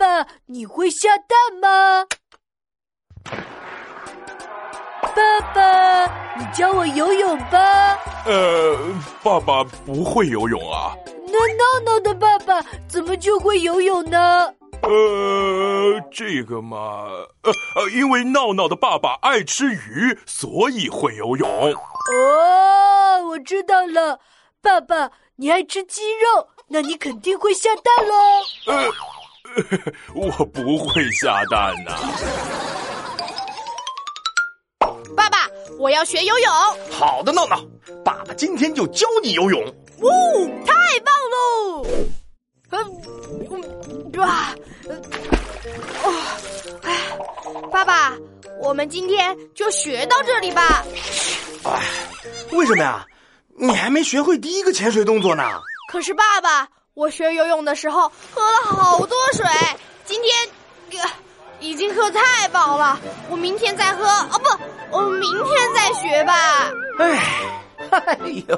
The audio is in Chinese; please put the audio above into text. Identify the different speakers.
Speaker 1: 那你会下蛋吗？爸爸，你教我游泳吧。
Speaker 2: 呃，爸爸不会游泳啊。
Speaker 1: 那闹闹的爸爸怎么就会游泳呢？
Speaker 2: 呃，这个嘛，呃呃，因为闹闹的爸爸爱吃鱼，所以会游泳。
Speaker 1: 哦，我知道了，爸爸，你爱吃鸡肉，那你肯定会下蛋喽。
Speaker 2: 呃，我不会下蛋呐、
Speaker 3: 爸爸，我要学游泳。
Speaker 4: 好的，闹闹，爸爸今天就教你游泳。
Speaker 3: 哦，太棒喽！嗯，嗯哇，呃哦，哎，爸爸，我们今天就学到这里吧。
Speaker 4: 为什么呀？你还没学会第一个潜水动作呢。
Speaker 3: 可是爸爸，啊我学游泳的时候喝了好多水，今天、呃、已经喝太饱了，我明天再喝哦不，我明天再学吧。
Speaker 4: 哎，哎呦。